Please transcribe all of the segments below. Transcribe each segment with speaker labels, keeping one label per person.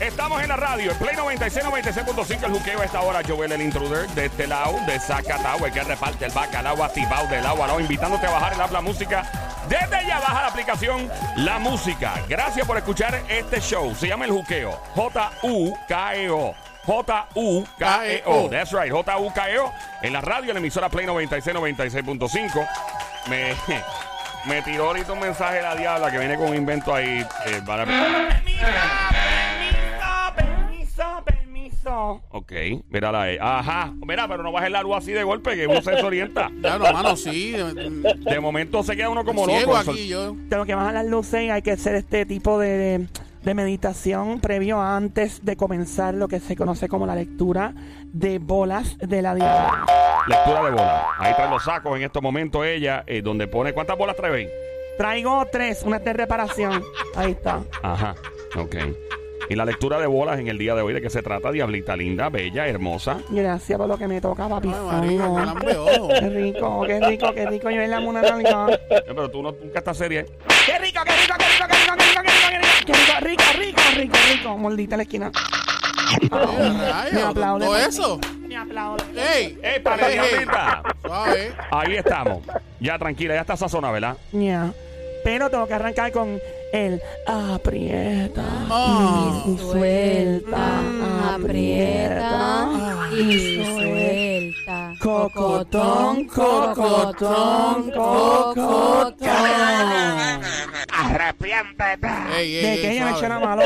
Speaker 1: Estamos en la radio, en Play 96, 96.5, el juqueo a esta hora, Joel el Intruder, de este lado, de Zacatau, el que reparte el bacalao activado del agua, lado, invitándote a bajar el habla música. Desde ya baja la aplicación La Música. Gracias por escuchar este show. Se llama El Juqueo. J-U-K-E-O. J-U-K-E-O. E That's right, J-U-K-E-O. E En la radio, en la emisora Play 96, 96.5. Me, me tiró ahorita un mensaje la diabla que viene con un invento ahí. eh, para... Permiso, permiso. Ok, mírala ahí. Ajá, mira, pero no bajes la luz así de golpe que uno se desorienta.
Speaker 2: Claro, mano, sí. mm,
Speaker 1: De momento se queda uno como
Speaker 2: Ciego
Speaker 1: loco.
Speaker 2: aquí yo.
Speaker 3: Tengo que bajar las luces y hay que hacer este tipo de, de- de meditación previo a antes de comenzar lo que se conoce como la lectura de bolas de la diabla.
Speaker 1: Lectura de bola. Ahí trae los sacos en estos momentos ella, eh, donde pone cuántas bolas trae ahí?
Speaker 3: Traigo tres, una está en reparación. Ahí está.
Speaker 1: Ajá, ok. Y la lectura de bolas en el día de hoy, ¿de qué se trata? Diablita linda, bella, hermosa.
Speaker 3: Gracias por lo que me toca, papi.
Speaker 2: Ay, María,
Speaker 3: santo.
Speaker 2: qué alambre, ojo.
Speaker 3: Qué rico, qué rico, qué rico. Yo en la muna nalga.
Speaker 1: Eh, Pero tú no, nunca estás seria. ¿eh?
Speaker 3: Qué rico, qué rico, qué rico, qué rico, qué rico, qué rico, qué rico, qué rico, rico, rico, rico, rico. Mordita la esquina.
Speaker 2: Ay,
Speaker 3: Me
Speaker 2: rayo,
Speaker 3: aplaude.
Speaker 2: Todo eso.
Speaker 3: Me aplaudo.
Speaker 2: ¡Ey!
Speaker 1: ¡Eh, para
Speaker 2: ey, ey.
Speaker 1: diablita!
Speaker 2: Suave.
Speaker 1: Ahí estamos. Ya tranquila, ya está sazona, ¿verdad?
Speaker 3: Ya. Pero tengo que arrancar con el aprieta
Speaker 2: Ah.
Speaker 3: y suelta, Mm, aprieta.
Speaker 4: Mm. aprieta y suelta.
Speaker 3: Cocotón, cocotón, cocotón.
Speaker 2: Ey, ey,
Speaker 3: De
Speaker 2: ey,
Speaker 3: que ella me
Speaker 2: suave.
Speaker 3: echó la malo.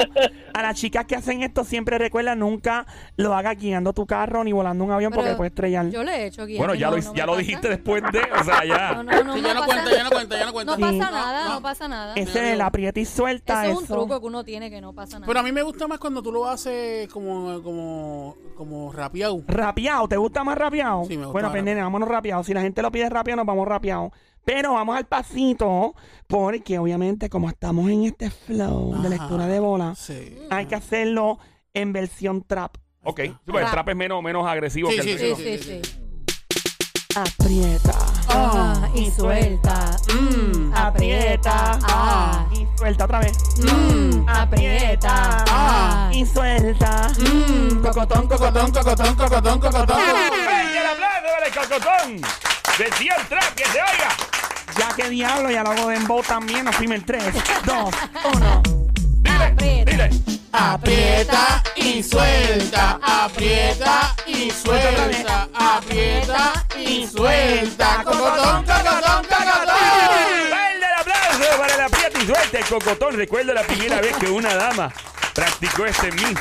Speaker 3: A las chicas que hacen esto siempre recuerda nunca lo haga guiando tu carro ni volando un avión
Speaker 4: Pero
Speaker 3: porque puede estrellar.
Speaker 4: Yo le he hecho guía.
Speaker 1: Bueno, ya lo, ya lo dijiste después de. O sea,
Speaker 4: No,
Speaker 1: ya.
Speaker 4: no, no.
Speaker 2: Sí, ya no
Speaker 4: pasa-
Speaker 2: cuenta, ya no cuenta, ya no cuenta.
Speaker 4: No pasa
Speaker 2: Sí.
Speaker 4: nada,
Speaker 2: No,
Speaker 4: no
Speaker 2: no.
Speaker 4: pasa nada.
Speaker 3: Ese del aprieta y suelta
Speaker 4: Eso es
Speaker 3: eso.
Speaker 4: un truco que uno tiene que no pasa nada.
Speaker 2: Pero a mí me gusta más cuando tú lo haces como, como, como rapeado.
Speaker 3: Rapeado, ¿te gusta más rapeado?
Speaker 2: Sí, me gusta
Speaker 3: bueno,
Speaker 2: más
Speaker 3: pendenes, vámonos rapeado. Si la gente lo pide rapeado, nos vamos rapeado. Pero vamos al pasito, porque obviamente, como estamos en este flow de
Speaker 2: Ajá.
Speaker 3: lectura de bola,
Speaker 2: Sí.
Speaker 3: hay que hacerlo en versión trap.
Speaker 1: Ok. Sí, pues el trap es menos, menos agresivo
Speaker 2: Sí,
Speaker 1: que
Speaker 2: sí,
Speaker 1: el
Speaker 4: Sí,
Speaker 1: mío.
Speaker 4: sí, sí.
Speaker 3: Aprieta.
Speaker 4: Ah, y suelta. Mm, aprieta. Ah,
Speaker 3: Y suelta otra vez.
Speaker 4: mm, aprieta. Ah,
Speaker 3: Y suelta.
Speaker 2: Mm, Cocotón, cocotón, cocotón, cocotón, cocotón.
Speaker 1: ¡Venga el aplauso del cocotón! ¡Decía el trap, que se oiga!
Speaker 3: Ya que diablo, ya lo hago de embo también. Así me el 3, 2, 1.
Speaker 1: ¡Dile!
Speaker 4: Ah, Aprieta.
Speaker 1: ¡Dile!
Speaker 2: Aprieta y suelta, aprieta y suelta, aprieta y suelta. Cocotón, cocotón, cocotón.
Speaker 1: ¡Vale el aplauso para la prieta y suelta el cocotón! Recuerdo la primera vez que una dama practicó este mismo.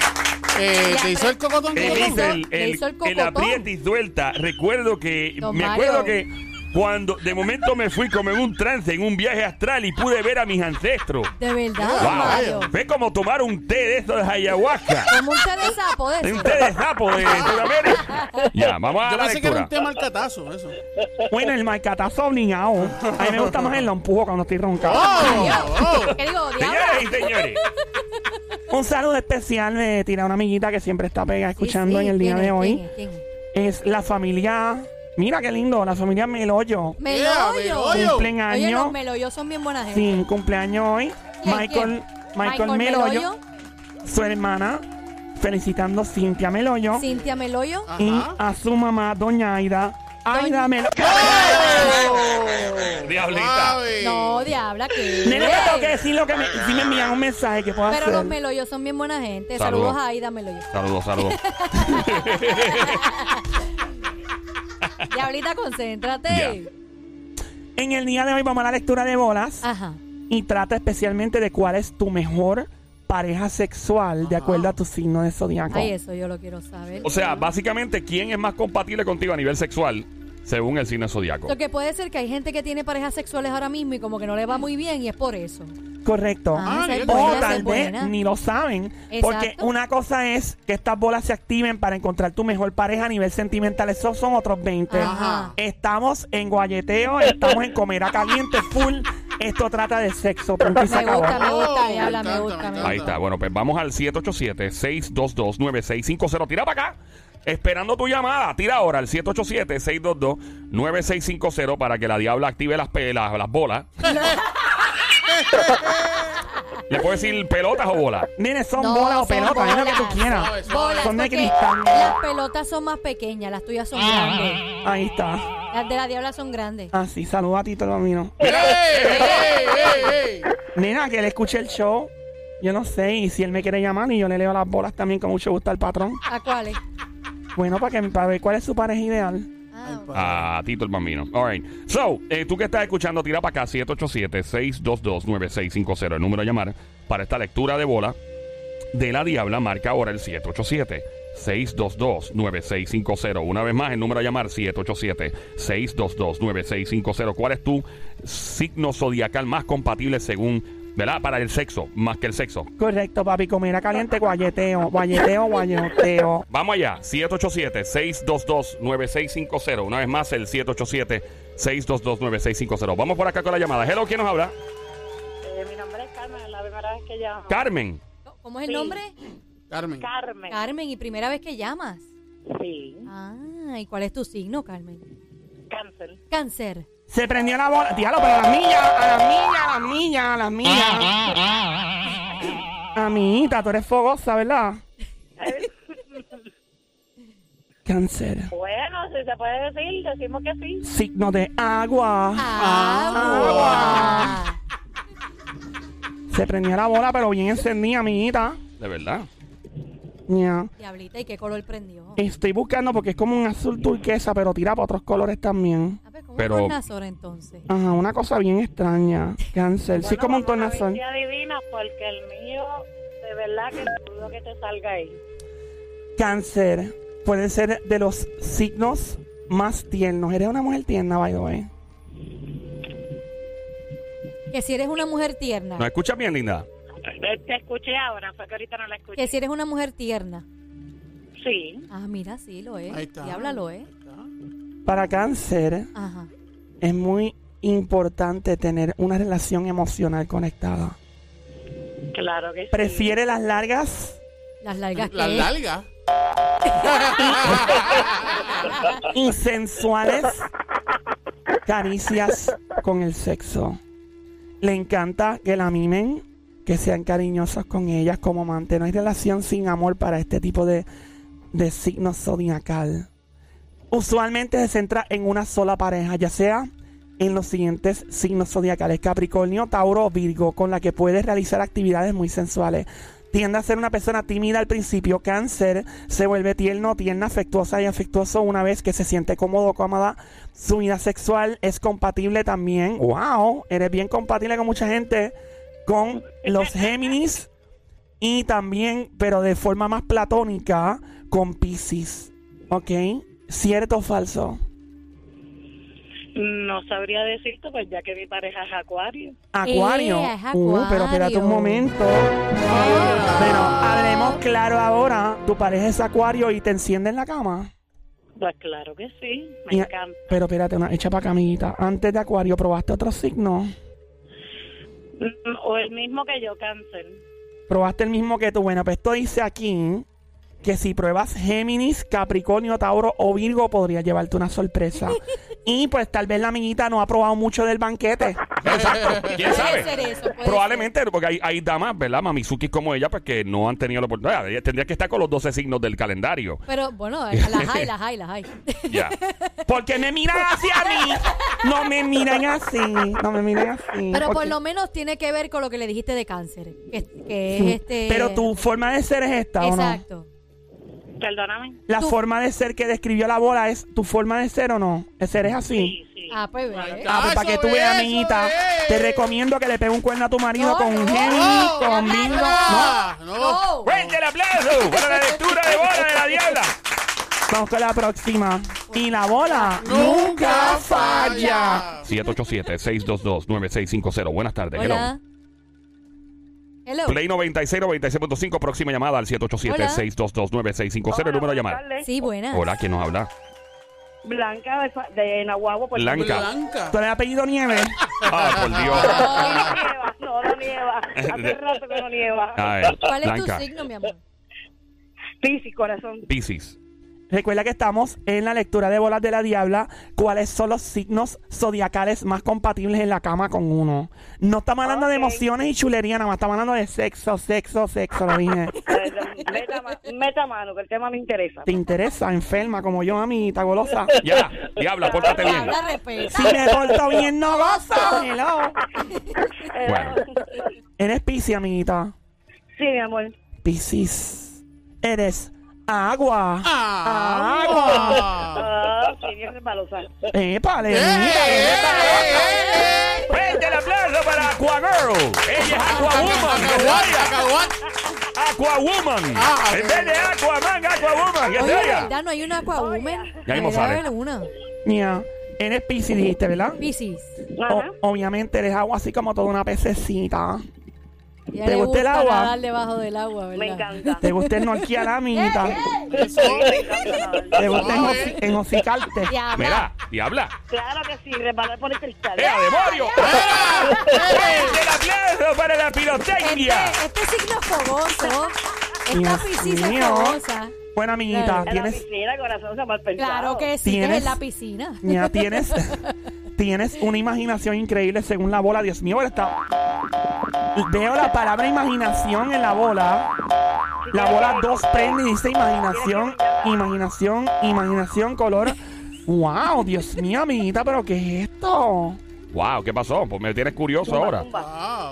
Speaker 2: Eh, ¿Te hizo el cocotón,
Speaker 1: El,
Speaker 4: Le
Speaker 2: cocotón?
Speaker 4: hizo-
Speaker 1: el,
Speaker 4: le hizo el cocotón.
Speaker 1: aprieta y suelta. Recuerdo que.
Speaker 4: Don
Speaker 1: me acuerdo
Speaker 4: Mario.
Speaker 1: que cuando. De momento me fui como en un trance, en un viaje astral y pude ver a mis ancestros.
Speaker 4: De verdad,
Speaker 1: ¡Wow!
Speaker 4: don Mario.
Speaker 1: Fue como tomar un té de estos de ayahuasca.
Speaker 4: Como un té de sapo de
Speaker 1: De un
Speaker 4: eso.
Speaker 1: té de sapo de Sudamérica. Ya, vamos a
Speaker 2: Yo
Speaker 1: la
Speaker 2: pensé que era
Speaker 1: lectura.
Speaker 2: un tema al catazo, eso.
Speaker 3: Bueno, el marcatazo obligado. A mí me gusta más el empujo cuando estoy roncando.
Speaker 2: ¡Oh!
Speaker 4: ¿Qué digo? Diabla.
Speaker 1: Señores y señores.
Speaker 3: Un saludo especial de tirar una amiguita que siempre está pega escuchando
Speaker 4: Sí, sí,
Speaker 3: en el día
Speaker 4: ¿quién
Speaker 3: de
Speaker 4: es?
Speaker 3: hoy.
Speaker 4: ¿Quién es? ¿Quién es?
Speaker 3: Es la familia. Mira qué lindo, la familia Meloyo.
Speaker 2: Yeah,
Speaker 4: Meloyo.
Speaker 2: Meloyo.
Speaker 3: Cumplen
Speaker 4: Oye,
Speaker 3: año.
Speaker 4: los Meloyos son bien buena gente.
Speaker 3: Sí, cumpleaños hoy.
Speaker 4: ¿Quién,
Speaker 3: Michael,
Speaker 4: quién?
Speaker 3: Michael Meloyo, su hermana, felicitando a Cintia Meloyo
Speaker 4: Cintia Meloyo.
Speaker 3: y
Speaker 1: Mm.
Speaker 2: Ajá.
Speaker 3: a su mamá, Doña Aida. Aida Meloyo.
Speaker 1: Diablita.
Speaker 2: Suave.
Speaker 4: No, diabla, que.
Speaker 3: Nene, me tengo que decir lo que me, si me envían un mensaje que puedo
Speaker 4: Pero
Speaker 3: hacer.
Speaker 4: los Meloyos son bien buena gente.
Speaker 1: Saludos.
Speaker 4: Saludos, a Aida Meloyo.
Speaker 1: Saludos, saludos.
Speaker 4: Diablita, concéntrate.
Speaker 1: Ya.
Speaker 3: En el día de hoy vamos a la lectura de bolas.
Speaker 4: Ajá.
Speaker 3: y trata especialmente de cuál es tu mejor pareja sexual de acuerdo a tu signo de zodiaco.
Speaker 4: Ah. Ay, eso yo lo quiero saber.
Speaker 1: O sea, básicamente, ¿quién es más compatible contigo a nivel sexual según el signo zodiaco?
Speaker 4: Lo que puede ser que hay gente que tiene parejas sexuales ahora mismo y como que no le va muy bien y es por eso.
Speaker 3: Correcto.
Speaker 4: Ah, esa es
Speaker 2: bien.
Speaker 4: buena,
Speaker 3: o
Speaker 4: esa
Speaker 3: oh, tal
Speaker 4: es
Speaker 3: vez
Speaker 4: buena.
Speaker 3: ni lo saben.
Speaker 4: Exacto.
Speaker 3: Porque una cosa es que estas bolas se activen para encontrar tu mejor pareja a nivel sentimental. Esos son otros 20.
Speaker 4: Ajá.
Speaker 3: Estamos en guayeteo, estamos en comer a caliente full. Esto trata de sexo. punto y se
Speaker 4: Me
Speaker 3: acabó.
Speaker 4: gusta, me gusta,
Speaker 2: Oh,
Speaker 4: me habla, me
Speaker 2: me
Speaker 4: gusta,
Speaker 2: encanta,
Speaker 4: me
Speaker 2: me
Speaker 4: gusta.
Speaker 1: Ahí está. Bueno, pues vamos al 787-622-9650. Tira para acá. Esperando tu llamada. Tira ahora al 787-622-9650 para que la diabla active las, pe- las, las bolas. Le puedo decir pelotas o bolas.
Speaker 3: Mire, son
Speaker 4: No,
Speaker 3: bolas o
Speaker 4: son
Speaker 3: pelotas, es lo que tú
Speaker 4: bolas.
Speaker 3: quieras.
Speaker 2: Suave, suave.
Speaker 4: Bolas,
Speaker 3: Son de
Speaker 4: porque
Speaker 3: cristal.
Speaker 4: Las pelotas son más pequeñas, las tuyas son grandes.
Speaker 3: Ahí está.
Speaker 4: Las de la diabla son grandes.
Speaker 3: Así, saluda a Tito Domino.
Speaker 2: ¡Ey, ey, ey, ey!
Speaker 3: Nena, que él escuche el show. Yo no sé, y si él me quiere llamar y yo le leo las bolas también con mucho gusto al patrón.
Speaker 4: ¿A cuáles?
Speaker 3: Bueno, para, que, para ver cuál es su pareja ideal.
Speaker 4: Ah,
Speaker 1: Ah, Tito el Bambino. All right. So, eh, tú que estás escuchando, tira para acá 787-622-9650, el número a llamar para esta lectura de bola de la Diabla. Marca ahora el 787-622-9650. Una vez más, el número a llamar 787-622-9650. ¿Cuál es tu signo zodiacal más compatible según, ¿verdad? Para el sexo, más que el sexo.
Speaker 3: Correcto, papi, comida caliente, guayeteo, guayeteo, guayeteo.
Speaker 1: Vamos allá, 787-622-9650. Una vez más, el 787-622-9650. Vamos por acá con la llamada. Hello, ¿quién nos habla?
Speaker 5: Eh, mi nombre es Carmen, es la primera vez que llamo.
Speaker 1: Carmen.
Speaker 2: pues.
Speaker 4: ¿Cómo es el
Speaker 5: Sí.
Speaker 4: nombre?
Speaker 2: Carmen.
Speaker 5: Carmen.
Speaker 4: Carmen, y primera vez que llamas.
Speaker 5: sí.
Speaker 4: Ah, ¿y cuál es tu signo, Carmen?
Speaker 5: Cáncer.
Speaker 4: Cáncer.
Speaker 3: Se prendió la bola. Diablo, pero a las millas, a las millas, a las millas, a las millas. Amiguita, tú eres fogosa, ¿verdad? Cáncer.
Speaker 5: Bueno, si se puede decir, decimos que sí.
Speaker 3: Signo de agua.
Speaker 1: Ah.
Speaker 4: Agua.
Speaker 3: Se prendió la bola, pero bien encendida, amiguita.
Speaker 1: De verdad.
Speaker 3: Ya.
Speaker 4: Diablita, ¿y qué color prendió?
Speaker 3: Estoy buscando porque es como un azul turquesa, pero tira para otros colores también.
Speaker 4: Ah, pues como
Speaker 1: Pero-
Speaker 4: un tornasol entonces.
Speaker 3: Ajá, una cosa bien extraña. Cáncer. sí,
Speaker 5: Bueno,
Speaker 3: como un
Speaker 5: vamos a ver
Speaker 3: tornasol.
Speaker 5: si adivinas, porque el mío, de verdad que dudo que te salga ahí.
Speaker 3: Cáncer puede ser de los signos más tiernos. Eres una mujer tierna, by the way.
Speaker 4: Que si eres una mujer tierna.
Speaker 1: ¿Nos escuchas bien, linda?
Speaker 5: Te- Te escuché ahora, fue que ahorita no la escuché.
Speaker 4: Que si eres una mujer tierna.
Speaker 5: Sí.
Speaker 4: Ah, mira, sí, lo es.
Speaker 2: Ahí está.
Speaker 4: Diabla lo es.
Speaker 2: Ahí está.
Speaker 3: Para cáncer
Speaker 4: Ajá.
Speaker 3: es muy importante tener una relación emocional conectada.
Speaker 5: Claro que sí.
Speaker 3: Prefiere las largas
Speaker 4: Las largas que
Speaker 2: Las
Speaker 4: es.
Speaker 2: largas.
Speaker 3: y sensuales caricias con el sexo. Le encanta que la mimen, que sean cariñosos con ellas como amante. No hay relación sin amor para este tipo de, de signo zodiacal. Usualmente se centra en una sola pareja, ya sea en los siguientes signos zodiacales: Capricornio, Tauro o Virgo, con la que puedes realizar actividades muy sensuales. Tiende a ser una persona tímida al principio, cáncer, se vuelve tierno, tierna, afectuosa y afectuoso una vez que se siente cómodo o cómoda. Su vida sexual es compatible también. ¡Wow! Eres bien compatible con mucha gente, con los Géminis y también, pero de forma más platónica, con Pisces. ¿Ok? ¿Cierto o falso?
Speaker 5: No sabría decirte, pues ya que mi pareja es acuario.
Speaker 3: Acuario.
Speaker 4: Eh, es
Speaker 3: Uh, pero espérate un
Speaker 4: Acuario. Oh.
Speaker 3: momento. Pero hablemos claro ahora. Tu pareja es Acuario y te enciende en la cama.
Speaker 5: Pues claro que sí, me
Speaker 3: Y-
Speaker 5: encanta.
Speaker 3: Pero espérate, una, echa para acá, amiguita. Antes de Acuario, ¿probaste otro signo?
Speaker 5: Mm, O el mismo que yo, cáncer.
Speaker 3: ¿Probaste el mismo que tú? Bueno, pues esto dice aquí que si pruebas Géminis, Capricornio, Tauro o Virgo, podría llevarte una sorpresa. y pues tal vez la amiguita no ha probado mucho del banquete.
Speaker 1: Exacto. ¿Quién sabe?
Speaker 4: Puede ser eso, puede
Speaker 1: Probablemente, porque hay, hay damas, ¿verdad? Mamizuki como ella, pues que no han tenido la oportunidad. Ah, Ella Tendría que estar con los 12 signos del calendario.
Speaker 4: Pero bueno, eh, las hay, las hay, las hay.
Speaker 1: Ya.
Speaker 3: Porque me miran así a mí. No me miran así. No me miran así.
Speaker 4: Pero por
Speaker 3: Porque-
Speaker 4: lo menos tiene que ver con lo que le dijiste de cáncer. Que, que
Speaker 3: Sí.
Speaker 4: es este.
Speaker 3: Pero tu forma de ser es esta, ¿o no?
Speaker 4: Exacto.
Speaker 5: Perdóname.
Speaker 3: La
Speaker 4: Tu-
Speaker 3: forma de ser que describió la bola es tu forma de ser o no. Ser es así.
Speaker 5: Sí, sí.
Speaker 4: Ah, pues ve.
Speaker 2: Ahí está.
Speaker 3: Ah, pues
Speaker 2: Ah,
Speaker 3: para que tú
Speaker 2: sobre
Speaker 3: veas,
Speaker 2: eso,
Speaker 3: amiguita,
Speaker 2: eh.
Speaker 3: te recomiendo que le pegue un cuerno a tu marido
Speaker 4: No,
Speaker 3: con
Speaker 4: no,
Speaker 3: Henry,
Speaker 4: no,
Speaker 3: con
Speaker 4: no,
Speaker 3: Bingo. No.
Speaker 2: Ah, no.
Speaker 4: No.
Speaker 1: ¡Fuerte el aplauso para la lectura de bola de la Diabla!
Speaker 3: Vamos con la próxima. Y la bola
Speaker 2: Nunca falla.
Speaker 1: 787-622-9650. Buenas tardes. Hello.
Speaker 4: Hola. Hello.
Speaker 1: Play 96, 96.5, próxima llamada al 787-622-9650, el número a llamar.
Speaker 4: Sí, buenas.
Speaker 1: Hola, ¿quién nos habla?
Speaker 5: Blanca de, Fa- de Nahuabo. Puerto
Speaker 1: Blanca.
Speaker 2: Blanca.
Speaker 3: ¿Tú eres apellido Nieves?
Speaker 1: Ah, por Dios.
Speaker 5: No nieva, no, no nieva. Hace rato que no nieva.
Speaker 1: A ver,
Speaker 4: ¿Cuál es
Speaker 1: Blanca,
Speaker 4: tu signo, mi amor?
Speaker 5: Piscis, corazón.
Speaker 1: Pisces.
Speaker 3: Recuerda que estamos en la lectura de bolas de la diabla, cuáles son los signos zodiacales más compatibles en la cama con uno. No estamos hablando de
Speaker 5: Ok.
Speaker 3: emociones y chulería, nada más estamos hablando de sexo, sexo, sexo, lo dije.
Speaker 5: Pues, Meta, ma- meta mano, que el tema me interesa.
Speaker 3: ¿Te interesa? Enferma como yo, amiguita golosa.
Speaker 1: Ya, diabla, pórtate bien.
Speaker 4: Habla, respeta.
Speaker 3: Si me porto bien, no gozo. Hello.
Speaker 1: Bueno,
Speaker 3: Eres Piscis, amiguita.
Speaker 5: Eh, Sí, mi amor.
Speaker 3: Piscis. Eres agua. Ah.
Speaker 2: ¡Agua!
Speaker 5: Ah, sí, bien resbalosa.
Speaker 3: Épale,
Speaker 2: ¡Eh,
Speaker 3: amiguita,
Speaker 2: eh,
Speaker 3: épale.
Speaker 2: eh, eh!
Speaker 1: frente el aplauso para Aquagirl. Ella
Speaker 4: Ah,
Speaker 1: es Aquawoman de
Speaker 2: Cacahuat,
Speaker 1: Guaya.
Speaker 2: cacahuat.
Speaker 1: Aquawoman.
Speaker 2: Ah,
Speaker 1: En vez de Aquaman, Aquawoman. Que
Speaker 4: Oye,
Speaker 1: se
Speaker 4: de
Speaker 1: oiga.
Speaker 4: verdad, no hay una Aquawoman.
Speaker 1: Ya mismo
Speaker 4: Debería
Speaker 1: sale.
Speaker 4: haber una.
Speaker 3: Mía, Eres Piscis, dijiste, ¿verdad?
Speaker 4: Piscis.
Speaker 3: O-
Speaker 5: Ajá.
Speaker 3: obviamente eres agua así como toda una pececita.
Speaker 4: Ya
Speaker 3: ¿Te
Speaker 4: le
Speaker 3: gusta el agua?
Speaker 4: nadar debajo del agua, ¿verdad?
Speaker 5: Me encanta.
Speaker 3: Te gusta norquear, amiguita.
Speaker 5: Sí, me encanta.
Speaker 3: Te
Speaker 5: nadar.
Speaker 3: gusta
Speaker 2: Suave.
Speaker 3: enhoci- enhocicarte.
Speaker 4: Ya,
Speaker 1: Mira, diabla.
Speaker 5: Claro que sí, resbalar por el cristal.
Speaker 3: Eh,
Speaker 1: ¡Ea, ¡Eh, demonio! ¡Frente el aplauso para la
Speaker 4: Gente,
Speaker 1: pirotecnia!
Speaker 4: este signo es fogoso. Esta
Speaker 3: Dios
Speaker 4: piscis es
Speaker 3: mío.
Speaker 4: fogosa.
Speaker 3: Bueno, amiguita,
Speaker 4: Claro.
Speaker 5: En la
Speaker 3: tienes,
Speaker 5: piscina, corazón, se mal pensado.
Speaker 4: Claro que sí, que es
Speaker 3: ¿Tienes?
Speaker 4: en la piscina.
Speaker 3: mía, tienes, tienes una imaginación increíble según la bola. Dios mío, está. Veo la palabra imaginación en la bola. La bola 2 prende y dice imaginación, imaginación, imaginación, color. ¡Wow! Dios mío, amiguita, pero ¿qué es esto?
Speaker 1: Wow, ¿qué pasó? Pues me tienes curioso
Speaker 5: Tumba,
Speaker 1: ahora.
Speaker 5: tumba.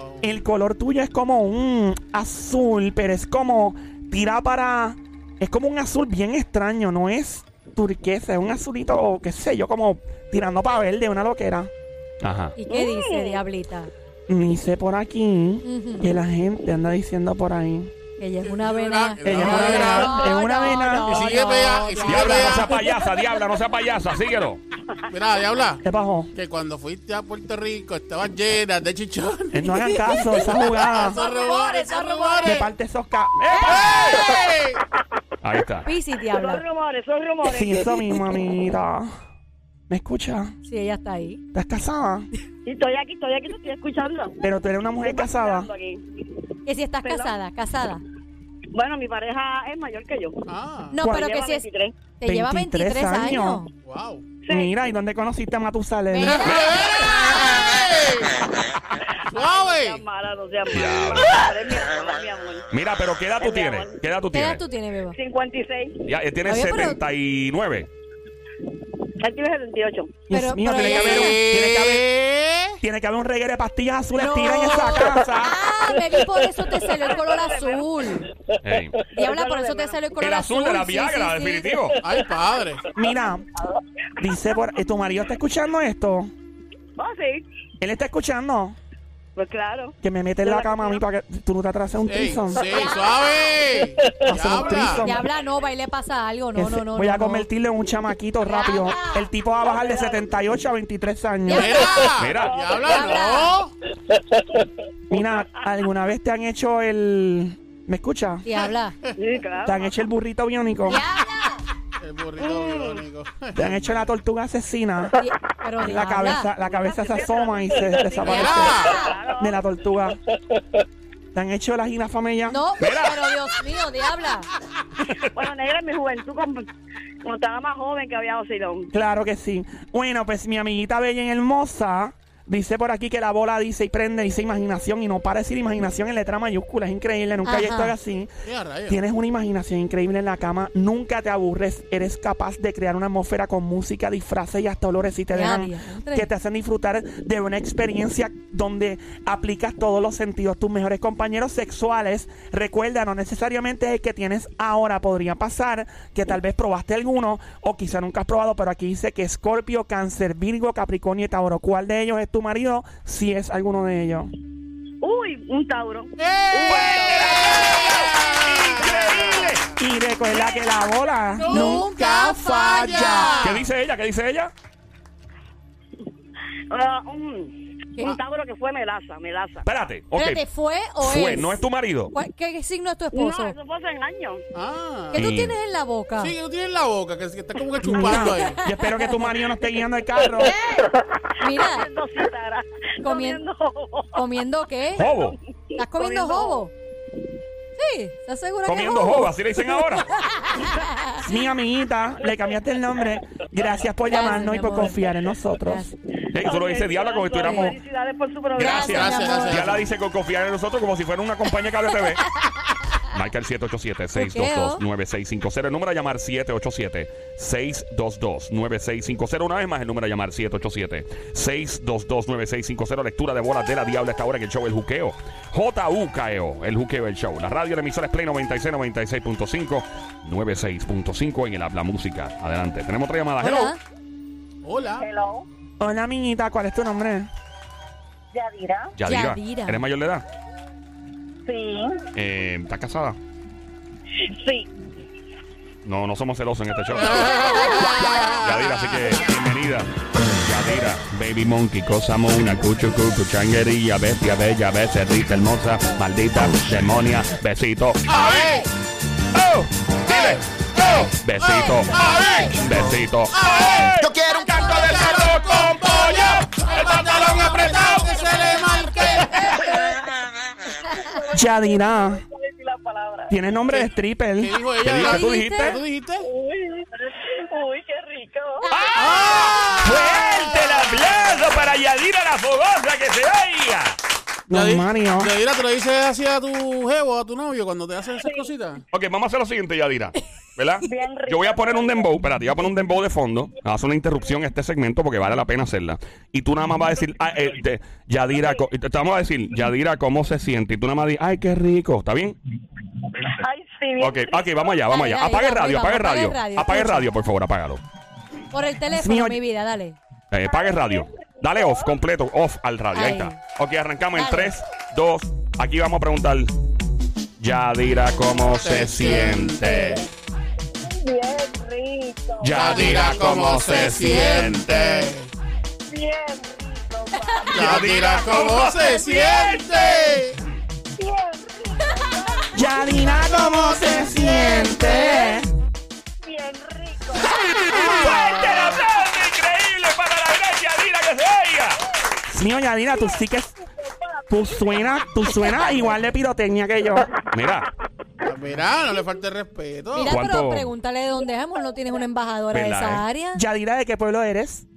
Speaker 2: Wow.
Speaker 3: El color tuyo es como un azul, pero es como tira para. Es como un azul bien extraño, no es turquesa, es un azulito, qué sé yo, como tirando para verde, una loquera.
Speaker 1: Ajá.
Speaker 4: ¿Y qué dice, diablita?
Speaker 3: Me hice por aquí
Speaker 4: Ujú.
Speaker 3: que la gente anda diciendo por ahí.
Speaker 4: Ella es una vena.
Speaker 2: Ella
Speaker 3: es una vena, es una vena.
Speaker 4: no,
Speaker 2: Y sigue
Speaker 4: no,
Speaker 2: pegada, y
Speaker 4: no.
Speaker 2: sigue
Speaker 1: Diabla, no
Speaker 2: Diabla.
Speaker 1: sea payasa, diabla, no sea payasa, síguelo.
Speaker 2: Mira, diabla,
Speaker 3: ¿Qué pasó?
Speaker 2: que cuando fuiste a Puerto Rico estabas llena de chichones.
Speaker 3: Eh, No hagan caso, esa jugada.
Speaker 2: Son rumores, son rumores.
Speaker 3: De parte de esos ca- ¡Eh!
Speaker 2: ¡Ey!
Speaker 1: Ahí está.
Speaker 4: Piscis,
Speaker 5: Son
Speaker 4: diabla.
Speaker 5: rumores, son rumores.
Speaker 3: Sí, eso mismo, amiguita. ¿Me escucha?
Speaker 4: Sí, ella está ahí.
Speaker 3: ¿Estás casada?
Speaker 5: Y estoy aquí, estoy aquí, te estoy escuchando.
Speaker 3: Pero tú eres una mujer
Speaker 5: Estoy
Speaker 3: casada.
Speaker 5: escuchando aquí.
Speaker 4: Que si estás
Speaker 5: Perdón.
Speaker 4: casada, casada.
Speaker 5: Bueno, mi pareja es mayor que yo.
Speaker 2: Ah,
Speaker 4: No,
Speaker 3: ¿Cuál?
Speaker 4: pero que
Speaker 5: Lleva
Speaker 4: si es,
Speaker 5: 23.
Speaker 4: te lleva 23 años.
Speaker 2: wow.
Speaker 5: Sí.
Speaker 3: Mira, ¿y dónde conociste a Matusalén?
Speaker 4: Mira.
Speaker 5: No seas
Speaker 2: ¡Suave!
Speaker 5: mala, no seas mala. Eres mi amor, mi amor.
Speaker 1: Mira, pero ¿qué edad tú tienes? ¿Qué edad tú
Speaker 4: ¿Qué edad
Speaker 1: tienes?
Speaker 4: tú tienes, beba?
Speaker 5: 56.
Speaker 1: Ya, eh, tienes
Speaker 4: Oye, pero-
Speaker 1: 79.
Speaker 5: Él tiene 78.
Speaker 3: Dios
Speaker 4: Pero-
Speaker 3: mío,
Speaker 4: pero
Speaker 3: tiene, que haber,
Speaker 4: ella-
Speaker 3: un- tiene que haber-
Speaker 2: Eh,
Speaker 3: tiene que haber un reguero de pastillas azules
Speaker 4: No.
Speaker 3: tira en esa casa.
Speaker 4: Ah, baby, por eso te salió el color azul.
Speaker 1: Ey.
Speaker 4: Diabla, por eso te salió el color
Speaker 1: El azul de la
Speaker 4: Sí,
Speaker 1: Viagra,
Speaker 4: sí, sí.
Speaker 1: definitivo.
Speaker 2: ¡Ay, padre!
Speaker 3: Mira, dice por, eh, ¿tu marido está escuchando esto?
Speaker 5: Oh, sí.
Speaker 3: Él está escuchando
Speaker 5: Pues claro.
Speaker 3: que me mete en la cama a mí para que tú no te atrases un
Speaker 2: ¡Ey, sí,
Speaker 3: trison.
Speaker 2: suave!
Speaker 3: Hacer un
Speaker 2: ¡Diabla!
Speaker 3: threesome.
Speaker 4: Diabla, no, baile pasa algo. No, no, no.
Speaker 3: Voy
Speaker 4: no,
Speaker 3: a
Speaker 4: no.
Speaker 3: convertirle en un chamaquito rápido.
Speaker 4: Diabla.
Speaker 3: El tipo va a bajar de 78 a 23 años.
Speaker 4: Diabla.
Speaker 2: ¡Mira!
Speaker 1: Mira.
Speaker 2: ¡Diabla, no!
Speaker 3: Mira, ¿alguna vez te han hecho el... ¿Me escucha?
Speaker 4: Diabla.
Speaker 5: Sí, claro.
Speaker 3: ¿Te han hecho el burrito biónico?
Speaker 2: El burrito biónico.
Speaker 3: ¿Te han hecho la tortuga asesina?
Speaker 4: Di- Pero
Speaker 3: La
Speaker 4: diabla.
Speaker 3: cabeza, la cabeza se asoma y se desaparece
Speaker 2: ¡Mira!
Speaker 3: de la tortuga. ¿Te han hecho la jirafa mella?
Speaker 4: No,
Speaker 1: Mira.
Speaker 4: pero Dios mío, diabla.
Speaker 5: Bueno, negra, en mi juventud, cuando, cuando estaba más joven, que había ocilón.
Speaker 3: Claro que sí. Bueno, pues mi amiguita bella y hermosa dice por aquí que la bola dice y prende, dice imaginación y no para de decir imaginación en letra mayúscula. Es increíble, nunca había
Speaker 4: Ajá.
Speaker 3: estado así.
Speaker 2: ¡Mira, rayos!
Speaker 3: Tienes una imaginación increíble en la cama, nunca te aburres, eres capaz de crear una atmósfera con música, disfraces y hasta olores y te
Speaker 4: Ya,
Speaker 3: dejan,
Speaker 4: diantre.
Speaker 3: que te hacen disfrutar de una experiencia donde aplicas todos los sentidos. Tus mejores compañeros sexuales, recuerda, no necesariamente es el que tienes ahora, podría pasar que tal vez probaste alguno o quizá nunca has probado, pero aquí dice que Escorpio, Cáncer, Virgo, Capricornio y Tauro. ¿Cuál de ellos es tu marido? Si es alguno de ellos.
Speaker 5: Uy, un Tauro.
Speaker 1: ¡Increíble!
Speaker 3: Y recuerda que la bola
Speaker 2: ¡Nunca falla!
Speaker 1: ¿Qué dice ella? ¿Qué dice ella?
Speaker 5: Ah, un,
Speaker 4: ¿Qué?
Speaker 5: un Tauro que fue melaza, melaza.
Speaker 1: Espérate. Ok.
Speaker 4: Espérate, ¿fue o
Speaker 1: Fue,
Speaker 4: es?
Speaker 1: no es tu marido.
Speaker 4: ¿Cuál- ¿Qué, qué signo es tu
Speaker 5: No,
Speaker 4: esposo?
Speaker 5: eso fue hace años.
Speaker 2: ¡Ah!
Speaker 4: ¿Qué tú
Speaker 1: Sí.
Speaker 4: tienes en la boca?
Speaker 2: Sí, que no tiene en la boca, que que está como que
Speaker 3: Mira,
Speaker 2: chupando ahí.
Speaker 3: Yo espero que tu marido no esté guiando el carro.
Speaker 4: Mira,
Speaker 5: Comiendo cítara.
Speaker 4: Comien-
Speaker 5: Comiendo.
Speaker 4: ¿comiendo qué?
Speaker 1: Jobo.
Speaker 4: ¿Estás comiendo
Speaker 5: Comiendo
Speaker 4: jobo? ¿Estás segura
Speaker 1: Comiendo
Speaker 4: que
Speaker 1: joven, así le dicen ahora.
Speaker 3: Mi amiguita, le cambiaste el nombre. Gracias por
Speaker 4: Gracias,
Speaker 3: llamarnos y
Speaker 4: mi
Speaker 3: por
Speaker 4: amor.
Speaker 3: confiar en nosotros.
Speaker 4: Gracias.
Speaker 1: Ey, Eso lo dice Diabla como si estuviéramos.
Speaker 5: Felicidades por su programa.
Speaker 1: Gracias.
Speaker 2: Gracias, gracias.
Speaker 1: Diabla dice con confiar en nosotros como si fuera una compañía de cable TV. Marca el
Speaker 4: oh?
Speaker 1: 787-622-9650. El número a llamar 787-622-9650. Una vez más, el número a llamar 787-622-9650. Lectura de bolas de la Diabla a esta hora en el show El Juqueo. J-U-K-E-O, E El Juqueo El Show. La radio la emisora es Play 96, 96.5, 96.5 en el Habla Música. Adelante. Tenemos otra llamada. Hello.
Speaker 4: Hola.
Speaker 2: Hola.
Speaker 5: Hello,
Speaker 3: Hola, amiguita, ¿cuál es tu nombre?
Speaker 5: Yadira.
Speaker 1: Yadira.
Speaker 4: Yadira.
Speaker 1: ¿Eres mayor de edad?
Speaker 5: Sí,
Speaker 1: Eh, ¿Estás casada?
Speaker 5: sí.
Speaker 1: No, no somos celosos en este show. Yadira, así que bienvenida. Yadira, baby monkey, cosa mona, cuchu cucu, changuería, bestia bella, becerrita hermosa, maldita, demonia, besito. ¡Oh! ¡Dile! ¡Oh! Besito. Besito.
Speaker 6: Yo quiero un
Speaker 1: canto de cerdo con pollo, el pantalón apretado.
Speaker 3: Yadira.
Speaker 5: ¿Cuál es la palabra?
Speaker 3: Tiene nombre de
Speaker 2: ¿Qué
Speaker 3: stripper.
Speaker 2: dijo
Speaker 1: ¿Qué
Speaker 2: ella? ¿Qué
Speaker 1: dijiste? ¿Tú dijiste?
Speaker 2: ¿Tú dijiste?
Speaker 5: Uy, uy, qué rico.
Speaker 3: Ah.
Speaker 2: Ah.
Speaker 1: Ah. ¡Fuerte el aplauso para Yadira la fogosa que se oiga!
Speaker 3: Don
Speaker 2: Yadi-
Speaker 3: Mario.
Speaker 2: Yadira, ¿te lo dices así a tu jevo, a tu novio, cuando te hacen esas cositas?
Speaker 1: Ok, vamos a hacer lo siguiente, Yadira. ¿Verdad?
Speaker 5: Bien rico.
Speaker 1: Yo voy a poner un dembow, espérate, yo voy a poner un dembow de fondo. Haz una interrupción a este segmento porque vale la pena hacerla. Y tú nada más vas a decir, ah, eh, de- Yadira, co- te vamos a decir, Yadira, ¿cómo se siente? Y tú nada más dices, ay, qué rico, ¿está bien?
Speaker 5: Ay, sí, bien
Speaker 1: Ok, ok, vamos allá, vamos
Speaker 4: Dale,
Speaker 1: allá.
Speaker 4: dale,
Speaker 1: Apaga el
Speaker 4: vamos,
Speaker 1: radio, apaga el
Speaker 4: vamos, apaga el
Speaker 1: radio.
Speaker 4: radio,
Speaker 1: Apaga el
Speaker 4: escucha.
Speaker 1: radio, por favor, apágalo.
Speaker 4: Por el teléfono,
Speaker 3: mío,
Speaker 4: mi vida, dale.
Speaker 1: Eh, apaga el radio. Dale off, completo, off al radio. Ahí
Speaker 4: Ay.
Speaker 1: está. Ok, arrancamos en
Speaker 4: Dale.
Speaker 1: 3, 2, aquí vamos a preguntar. Yadira, ¿cómo se
Speaker 2: Se
Speaker 1: siente?
Speaker 2: siente.
Speaker 5: Bien rico.
Speaker 1: Yadira, ¿cómo se siente?
Speaker 5: Bien rico, papi.
Speaker 2: Yadira, ¿cómo se siente?
Speaker 5: Bien rico.
Speaker 3: Yadira, ¿cómo se siente?
Speaker 5: Bien rico.
Speaker 1: ¡Fuerte el aplauso increíble para la gran Yadira que se oiga!
Speaker 3: Mío, Yadira, tú sí que. Tú suena, tú suena igual de pirotecnia que yo.
Speaker 1: Mira,
Speaker 2: Ah, Mira, no le falte el respeto.
Speaker 4: Mira,
Speaker 1: ¿Cuánto?
Speaker 4: pero pregúntale de dónde es, amor. ¿No tienes una embajadora de
Speaker 1: Verdad,
Speaker 4: esa
Speaker 1: eh.
Speaker 4: área?
Speaker 3: Yadira, ¿de qué pueblo eres?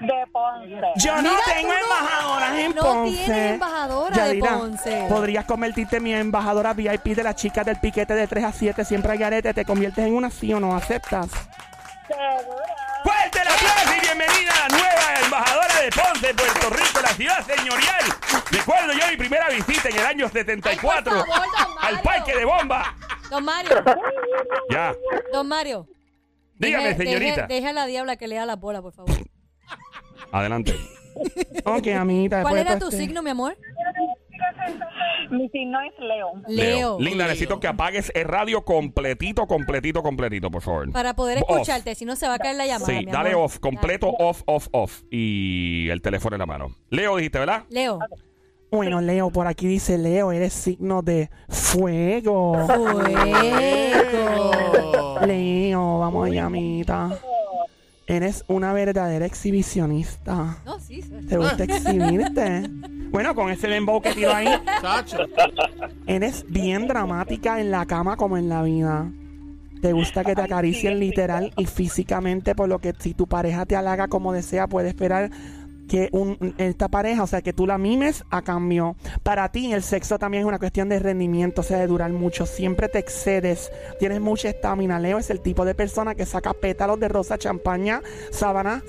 Speaker 5: De Ponce.
Speaker 3: Yo no
Speaker 4: Mira,
Speaker 3: tengo
Speaker 4: tú no-
Speaker 3: embajadoras en
Speaker 4: no
Speaker 3: Ponce.
Speaker 4: tienes embajadora de Ponce.
Speaker 3: Podrías convertirte en mi embajadora VIP de las chicas del piquete de 3 a 7. Siempre hay garete. Te conviertes en una sí o no aceptas.
Speaker 5: Segura.
Speaker 1: fuerte el aplauso y bienvenida a la nueva embajadora de Ponce, Puerto Rico, la ciudad señorial. Recuerdo yo mi primera visita en el año 74
Speaker 4: Ay, por favor, don Mario.
Speaker 1: al parque de bomba.
Speaker 4: Don Mario,
Speaker 1: Ya,
Speaker 4: don Mario.
Speaker 1: dígame,
Speaker 4: deje-
Speaker 1: señorita.
Speaker 4: deje- Deje a la diabla que lea la bola, por
Speaker 3: Pues,
Speaker 4: favor.
Speaker 1: Adelante.
Speaker 3: Ok, amiguita.
Speaker 4: ¿Cuál
Speaker 3: después
Speaker 4: era
Speaker 3: de
Speaker 4: tu
Speaker 3: este-
Speaker 4: signo, mi amor?
Speaker 5: Mi signo es León.
Speaker 4: Leo.
Speaker 1: Linda, necesito que apagues el radio completito, completito, completito, por favor.
Speaker 4: Para poder
Speaker 1: Off.
Speaker 4: escucharte, si no se va a caer la llamada.
Speaker 1: Sí,
Speaker 4: mi
Speaker 1: dale
Speaker 4: amor.
Speaker 1: off, completo off, off, off. Y el teléfono en la mano. Leo, dijiste, ¿verdad?
Speaker 4: Leo.
Speaker 3: Bueno, Leo, por aquí dice Leo, eres signo de fuego.
Speaker 4: Fuego.
Speaker 3: Leo, vamos allá, amita. Eres una verdadera exhibicionista.
Speaker 4: No, sí, sí.
Speaker 3: ¿Te gusta exhibirte? Bueno, con ese dembow que tiro ahí,
Speaker 2: Chacho.
Speaker 3: eres bien dramática en la cama como en la vida. Te gusta que te acaricien literal y físicamente, por lo que si tu pareja te halaga como desea, puede esperar que un- esta pareja, o sea, que tú la mimes a cambio. Para ti, el sexo también es una cuestión de rendimiento, o sea, de durar mucho. Siempre te excedes, tienes mucha estamina. Leo es el tipo de persona que saca pétalos de rosa, champaña, sábanas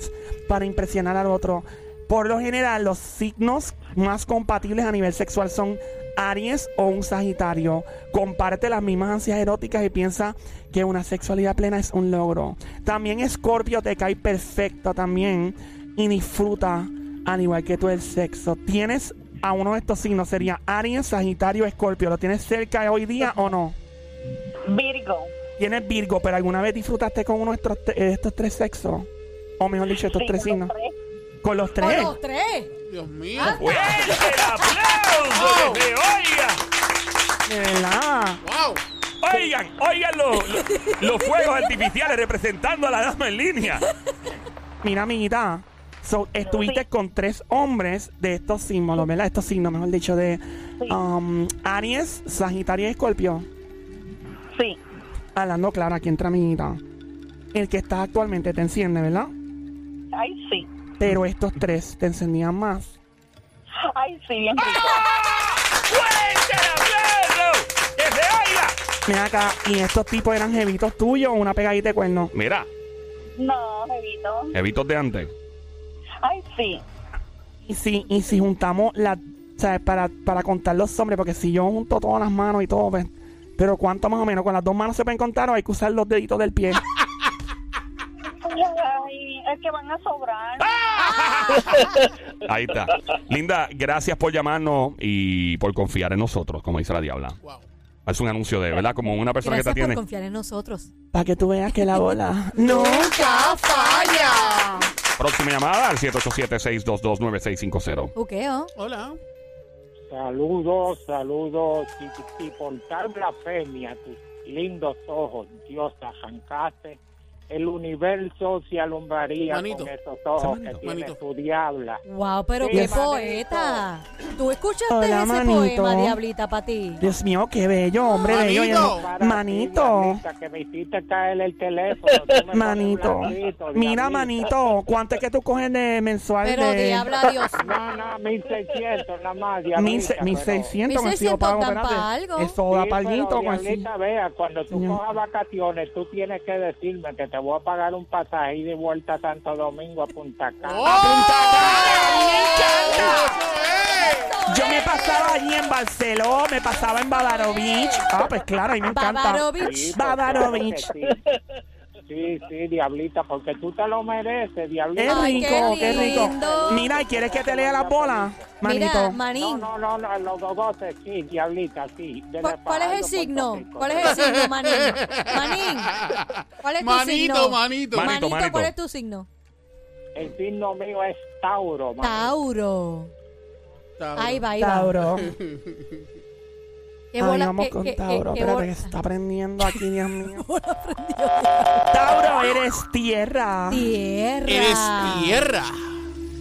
Speaker 3: para impresionar al otro. Por lo general, los signos más compatibles a nivel sexual son Aries o un Sagitario. Comparte las mismas ansias eróticas y piensa que una sexualidad plena es un logro. También Scorpio te cae perfecto también y disfruta al igual que tú el sexo. Tienes a uno de estos signos, sería Aries, Sagitario, Scorpio. ¿Lo tienes cerca hoy día o no?
Speaker 5: Virgo.
Speaker 3: Tienes Virgo, pero ¿alguna vez disfrutaste con uno de estos, te- de estos tres sexos? O mejor dicho, estos
Speaker 5: Sí,
Speaker 3: tres
Speaker 5: con
Speaker 3: signos.
Speaker 5: los tres.
Speaker 3: Con los tres.
Speaker 4: Con los Oh, tres.
Speaker 2: Dios mío.
Speaker 1: Ah, ¡Fuerte el aplauso! que se oiga!
Speaker 3: De verdad.
Speaker 2: Wow.
Speaker 1: Oigan, oigan los, los, los fuegos artificiales representando a la dama en línea.
Speaker 3: Mira, amiguita, So, estuviste con tres hombres de estos símbolos, ¿verdad? Estos signos, mejor dicho, de um, Aries, Sagitario y Escorpio.
Speaker 5: Sí,
Speaker 3: Hablando claro, aquí entra mi hijita. El que está actualmente te enciende, ¿verdad?
Speaker 5: ay sí,
Speaker 3: Pero estos tres te encendían más.
Speaker 5: ay sí, bien rico.
Speaker 3: Ah.
Speaker 1: ¡Fuerte el aplauso! ¡Que se oiga!
Speaker 3: Mira acá, y estos tipos eran jevitos tuyos, una pegadita de cuerno.
Speaker 1: Mira,
Speaker 5: No, bebito,
Speaker 1: evitos de antes.
Speaker 5: ay sí,
Speaker 3: Y si, y si juntamos la, o sea, para, para contar los hombres, porque si yo junto todas las manos y todo, pues, pero cuánto más o menos, con las dos manos se pueden contar o hay que usar los deditos del pie.
Speaker 5: ay, es que van a sobrar.
Speaker 1: Ahí está. Linda, gracias por llamarnos y por confiar en nosotros, como dice la diabla.
Speaker 2: Wow.
Speaker 1: Es un anuncio de, ¿verdad? Como una persona que
Speaker 4: Gracias por
Speaker 1: te atiende.
Speaker 4: confiar en nosotros.
Speaker 3: Para que tú veas que la bola. no.
Speaker 4: falla!
Speaker 1: Próxima llamada al 787-622-9650.
Speaker 4: Juqueo.
Speaker 2: Hola.
Speaker 6: Saludos, saludos. Y, y por tal blasfemia, tus lindos ojos, Dios, arrancaste el universo se alumbraría
Speaker 2: Manito.
Speaker 6: con esos ojos
Speaker 1: Manito.
Speaker 6: que tiene
Speaker 2: Manito.
Speaker 6: tu diabla.
Speaker 4: Wow, pero
Speaker 6: Sí,
Speaker 4: qué
Speaker 6: manito.
Speaker 4: poeta. ¿Tú escuchaste
Speaker 3: Hola,
Speaker 4: ese
Speaker 3: manito.
Speaker 4: poema, Diablita, para ti?
Speaker 3: Dios mío, qué bello, hombre, bello.
Speaker 2: Manito.
Speaker 3: Y-
Speaker 6: Para ti,
Speaker 3: Manito.
Speaker 6: diablita, que me hiciste caer el teléfono. Tú me
Speaker 3: Manito.
Speaker 6: pones blandito, diablita.
Speaker 3: Mira, manito, ¿cuánto es que tú coges de mensual
Speaker 4: Pero
Speaker 3: de
Speaker 4: Diabla, Dios
Speaker 6: No, no, 1600 nada más,
Speaker 3: Mil
Speaker 6: diablita.
Speaker 3: se- 1600 me
Speaker 4: 1600
Speaker 3: pago,
Speaker 4: dan
Speaker 3: espérate.
Speaker 4: pa' algo.
Speaker 6: pero-
Speaker 3: Eso da pues,
Speaker 6: Sí,
Speaker 3: para
Speaker 6: pero,
Speaker 3: algo, con así.
Speaker 6: diablita, vea, cuando tú
Speaker 3: Señor.
Speaker 6: cojas vacaciones, tú tienes que decirme que te voy a pagar un pasaje y de vuelta a Santo Domingo a Punta Cana.
Speaker 2: ¡Eh!
Speaker 3: Yo me pasaba allí en Barcelona, me pasaba en Bavaro Beach. Ah, pues claro, a mí me encanta. pues,
Speaker 4: Babarovich.
Speaker 3: Babarovich.
Speaker 7: pues,
Speaker 6: Sí, sí, sí, diablita, porque tú te lo mereces,
Speaker 3: Es
Speaker 6: diablita.
Speaker 4: Ay, qué
Speaker 3: rico, qué rico.
Speaker 4: lindo.
Speaker 3: Mira, ¿y ¿quieres que te lea las bolas,
Speaker 4: Mira,
Speaker 3: manito?
Speaker 6: No,
Speaker 4: Manín.
Speaker 6: no, no, no, los dos goces, sí, diablita, sí. de
Speaker 4: ¿Cuál, cuál es el
Speaker 6: Fajardo,
Speaker 4: signo?
Speaker 6: Puerto Rico.
Speaker 4: ¿Cuál es el signo, Manín? Manín. ¿Cuál es tu
Speaker 2: Manito,
Speaker 4: signo?
Speaker 2: manito.
Speaker 1: Manito, manito.
Speaker 4: ¿cuál es tu signo?
Speaker 6: El signo mío es Tauro, mami.
Speaker 4: Ah, Tauro.
Speaker 2: Tauro.
Speaker 4: Ahí va, ahí va.
Speaker 3: Tauro.
Speaker 4: ¿Qué
Speaker 3: Ay,
Speaker 4: bola-
Speaker 3: vamos
Speaker 4: qué-
Speaker 3: con
Speaker 4: qué-
Speaker 3: Tauro.
Speaker 4: qué- qué
Speaker 3: Espérate,
Speaker 4: bola-
Speaker 3: que se está aprendiendo aquí, Dios mío.
Speaker 4: bola aprendió?
Speaker 3: Tauro, eres tierra.
Speaker 4: Tierra.
Speaker 2: Eres tierra.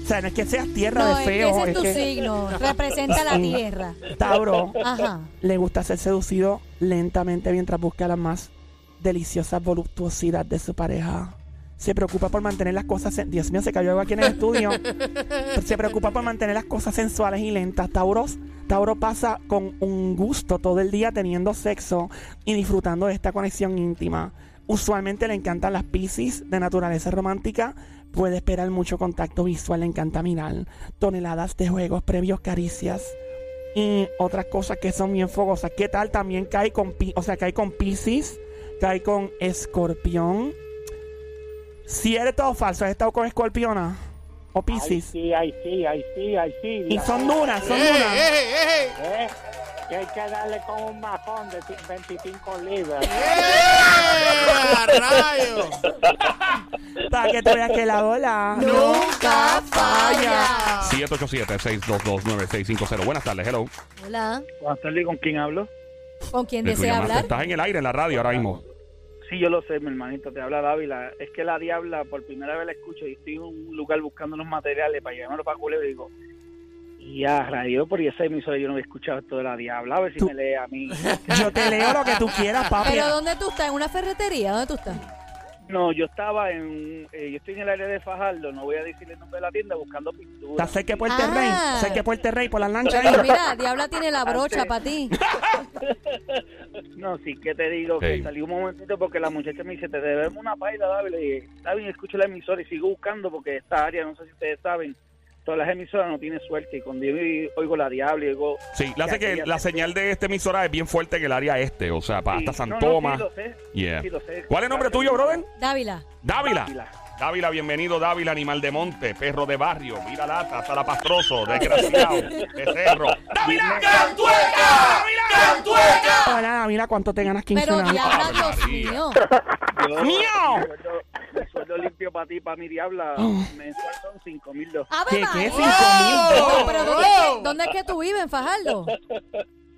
Speaker 3: O sea, no es que seas tierra
Speaker 4: No,
Speaker 3: de
Speaker 4: es que
Speaker 3: feo.
Speaker 4: ese es tu signo. Representa la tierra.
Speaker 3: Tauro,
Speaker 4: Ajá.
Speaker 3: le gusta ser seducido lentamente mientras busca la más deliciosa voluptuosidad de su pareja. Se preocupa por mantener las cosas. sen- Dios mío, se cayó algo aquí en el estudio. Se preocupa por mantener las cosas sensuales y lentas. Tauros, Tauro pasa con un gusto todo el día teniendo sexo y disfrutando de esta conexión íntima. Usualmente le encantan las piscis de naturaleza romántica. Puede esperar mucho contacto visual, le encanta mirar. Toneladas de juegos previos, caricias y otras cosas que son bien fogosas. ¿Qué tal? También cae con, pi- o sea, cae con Pisces, cae con Escorpión. ¿Cierto o falso? ¿Has estado con Escorpiona o
Speaker 6: Ay,
Speaker 3: Pisces?
Speaker 6: sí, ay, sí, ay, sí, ay, sí.
Speaker 3: Y
Speaker 6: diablita.
Speaker 3: son duras, son
Speaker 2: Ey,
Speaker 3: duras.
Speaker 2: ey, ey.
Speaker 6: ¿Eh? Que hay que darle con un majón de 25 libras.
Speaker 2: ¡Eh, a rayo!
Speaker 3: Para que te veas que la bola.
Speaker 4: Nunca falla.
Speaker 1: 787-622-9650. Buenas tardes, hello.
Speaker 4: Hola.
Speaker 7: Buenas tardes, ¿con quién hablo?
Speaker 4: ¿Con quién
Speaker 1: De tu
Speaker 4: desea
Speaker 1: llamada.
Speaker 4: hablar?
Speaker 1: Estás en el aire, en la radio ahora mismo.
Speaker 7: Sí, yo lo sé, mi hermanito, te habla Dávila. Es que la diabla, por primera vez la escucho y estoy en un lugar buscando los materiales para llevármelo para Culebra y digo, ya, radio, por esa emisora yo no había escuchado esto de la diabla, a ver si
Speaker 3: Tú-
Speaker 7: me lee a mí.
Speaker 3: Yo te leo lo que tú quieras, papi.
Speaker 4: ¿Pero dónde tú estás? ¿En una ferretería? ¿Dónde tú estás?
Speaker 7: No, yo estaba en, eh, yo estoy en el área de Fajardo, no voy a decir el nombre de la tienda, buscando pintura.
Speaker 3: ¿Estás cerca de Puerto Rey?
Speaker 4: Ah.
Speaker 3: ¿Cerca de Puerto Rey por las lanchas?
Speaker 4: Pero
Speaker 3: ahí?
Speaker 4: mira, Diabla tiene la brocha
Speaker 7: Antes.
Speaker 4: para ti.
Speaker 7: No, sí, que te digo,
Speaker 1: Ey.
Speaker 7: que salí un momentito porque la muchacha me dice, te debemos una paila, Dávila. Y dije, está bien, escucho la emisora y sigo buscando porque esta área, no sé si ustedes saben, todas las emisoras no tienen suerte. Y cuando yo oigo la diabla, y oigo...
Speaker 1: Sí, la, hace que la señal de esta emisora es bien fuerte en el área este, o sea, para hasta
Speaker 7: San
Speaker 1: Santoma.
Speaker 7: No, sí, lo sé,
Speaker 1: Yeah.
Speaker 7: sí, lo sé.
Speaker 1: ¿Cuál es el nombre tuyo, brother?
Speaker 4: Dávila.
Speaker 1: Dávila.
Speaker 7: Dávila.
Speaker 1: Dávila, bienvenido, Dávila, animal de monte, perro de barrio, mira lata, salapastroso, desgraciado, becerro. ¡Dávila! ¡Cantueca! ¡Cantueca!
Speaker 3: Hola, mira cuánto te ganas
Speaker 4: Pero
Speaker 3: 15
Speaker 4: Diabla,
Speaker 1: Ave
Speaker 4: Dios
Speaker 1: María.
Speaker 4: mío.
Speaker 1: ¡Ah,
Speaker 7: Yo- Mi
Speaker 3: ¡Mío!
Speaker 7: sueldo, mi sueldo limpio para ti, para mi diabla,
Speaker 1: Oh.
Speaker 7: mensual son 5 mil dos.
Speaker 4: ¡Ave
Speaker 3: ¿Qué, qué?
Speaker 4: María!
Speaker 3: ¿Cinco mil
Speaker 4: No,
Speaker 3: pesos?
Speaker 4: pero ¿dónde, es que, dónde es que tú vives, en Fajardo?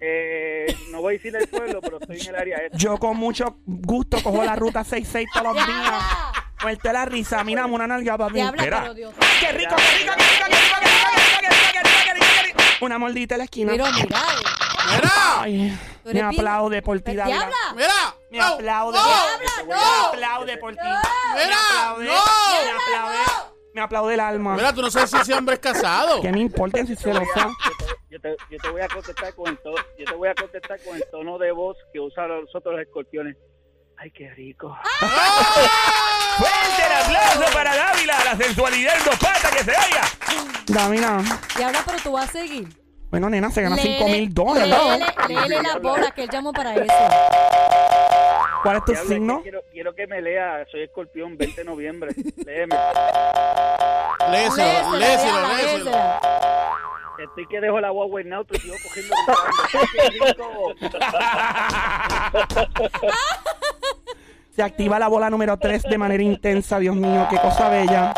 Speaker 7: Eh, no voy a decir el pueblo, pero estoy en el área este.
Speaker 3: Yo con mucho gusto cojo la ruta 66 todos los días.
Speaker 4: ¡Diabla!
Speaker 3: Fuerte la risa, mira, una nalga, papi.
Speaker 4: Diabla,
Speaker 1: Mira.
Speaker 4: pero Dios.
Speaker 3: ¡Qué rico, qué rico, qué rico, qué rico, qué rico, qué rico, qué rico, qué rico, qué rico, qué rico! Una mordita en la esquina.
Speaker 4: Pero mira, eh,
Speaker 2: ¡Mira!
Speaker 3: Ay,
Speaker 4: tú
Speaker 3: me
Speaker 4: eres bien-
Speaker 3: aplaude por ti,
Speaker 4: Pero
Speaker 3: Dávila.
Speaker 4: ¡Diabla!
Speaker 2: ¡Mira!
Speaker 3: Me
Speaker 2: ¡No!
Speaker 3: aplaude.
Speaker 2: ¡No!
Speaker 3: Me
Speaker 4: ¡Diabla,
Speaker 3: aplaude por ti. Me
Speaker 2: Mira,
Speaker 3: aplaude.
Speaker 2: no.
Speaker 3: Me aplaude. Me aplaude el alma.
Speaker 2: Mira, tú no sabes si ese hombre es casado.
Speaker 3: Que me importa si se lo fa.
Speaker 7: Yo te, yo te voy a contestar con el tono, yo te voy a contestar con el tono de voz que usan los otros escorpiones. Ay, qué rico.
Speaker 1: Ah.
Speaker 2: ¡Eh!
Speaker 1: Fuerte el aplauso para Dávila, la sensualidad en dos patas que se oiga.
Speaker 3: Dávila.
Speaker 4: Diabla, pero tú vas a seguir.
Speaker 3: Bueno, nena, se gana
Speaker 4: Léele-
Speaker 3: 5 mil dólares. ¿no?
Speaker 4: léele- Léele las bolas que él llamó para eso.
Speaker 3: ¿Cuál es tu
Speaker 7: Diabla, es que
Speaker 3: signo?
Speaker 7: Quiero, quiero que me lea. Soy escorpión, 20 de noviembre. Léeme.
Speaker 2: Léselo, léselo, léselo.
Speaker 4: Léesela, léesela.
Speaker 7: Estoy que dejo la guagua en auto y sigo cogiendo. el carro. Qué rico.
Speaker 3: Se activa la bola número 3 de manera intensa, Dios mío, qué cosa bella.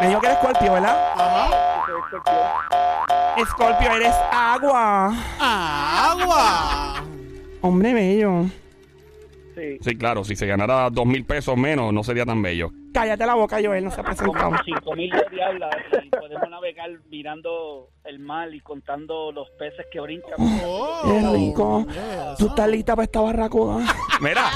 Speaker 3: Me dijo que eres Scorpio, ¿verdad?
Speaker 2: Ajá.
Speaker 7: Soy escorpión.
Speaker 3: Scorpio, eres agua.
Speaker 2: ¡Agua!
Speaker 3: Hombre bello.
Speaker 7: Sí.
Speaker 1: Sí, claro, si se ganara dos mil pesos menos, no sería tan bello.
Speaker 3: Cállate la boca, Joel, no se ha presentado.
Speaker 7: Como 5000 de diabla y podemos navegar mirando el mar y contando los peces que brincan.
Speaker 2: Oh,
Speaker 3: Qué rico.
Speaker 2: yes.
Speaker 3: Tú estás lista para esta barracuda.
Speaker 1: Mira,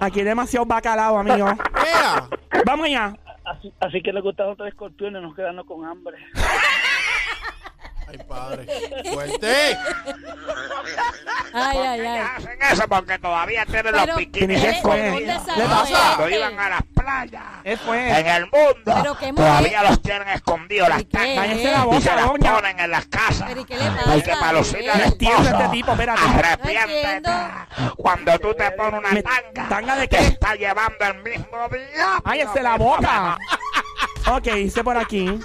Speaker 3: Aquí hay demasiado bacalao, amigo.
Speaker 2: ¡Ea!
Speaker 3: Vamos allá.
Speaker 7: Así, así que le gustaron tres escorpiones, nos quedamos con hambre.
Speaker 2: ¡Ay, padre! ¡Fuerte!
Speaker 4: Ay, ay, ay.
Speaker 8: Hacen eso porque todavía tienen los
Speaker 4: Pero,
Speaker 8: piquitos
Speaker 3: ¿qué fue?
Speaker 4: ¿dónde
Speaker 3: ¿Qué
Speaker 4: salió
Speaker 2: pasa?
Speaker 4: este?
Speaker 8: cuando iban a las playas
Speaker 3: ¿Qué fue?
Speaker 2: pues.
Speaker 8: en el mundo.
Speaker 4: Pero qué
Speaker 8: Todavía
Speaker 4: mujer.
Speaker 8: los tienen escondidos las
Speaker 4: ¿Y qué?
Speaker 8: tangas
Speaker 3: Cállese la
Speaker 8: y se
Speaker 3: boca,
Speaker 8: las
Speaker 3: doña.
Speaker 8: ponen en las casas.
Speaker 4: Pero ¿y qué le pasa?
Speaker 8: Porque para lucir al
Speaker 4: No
Speaker 3: entiendo
Speaker 8: esposo,
Speaker 3: este tipo, espérate.
Speaker 8: Arrepiéntete.
Speaker 4: No
Speaker 8: Cuando tú te pones una
Speaker 3: Me-
Speaker 8: tanga,
Speaker 3: ¿tanga de
Speaker 8: te
Speaker 3: qué?
Speaker 8: está llevando el mismo diablo.
Speaker 3: ¡Cállese la boca! Ok, dice por aquí.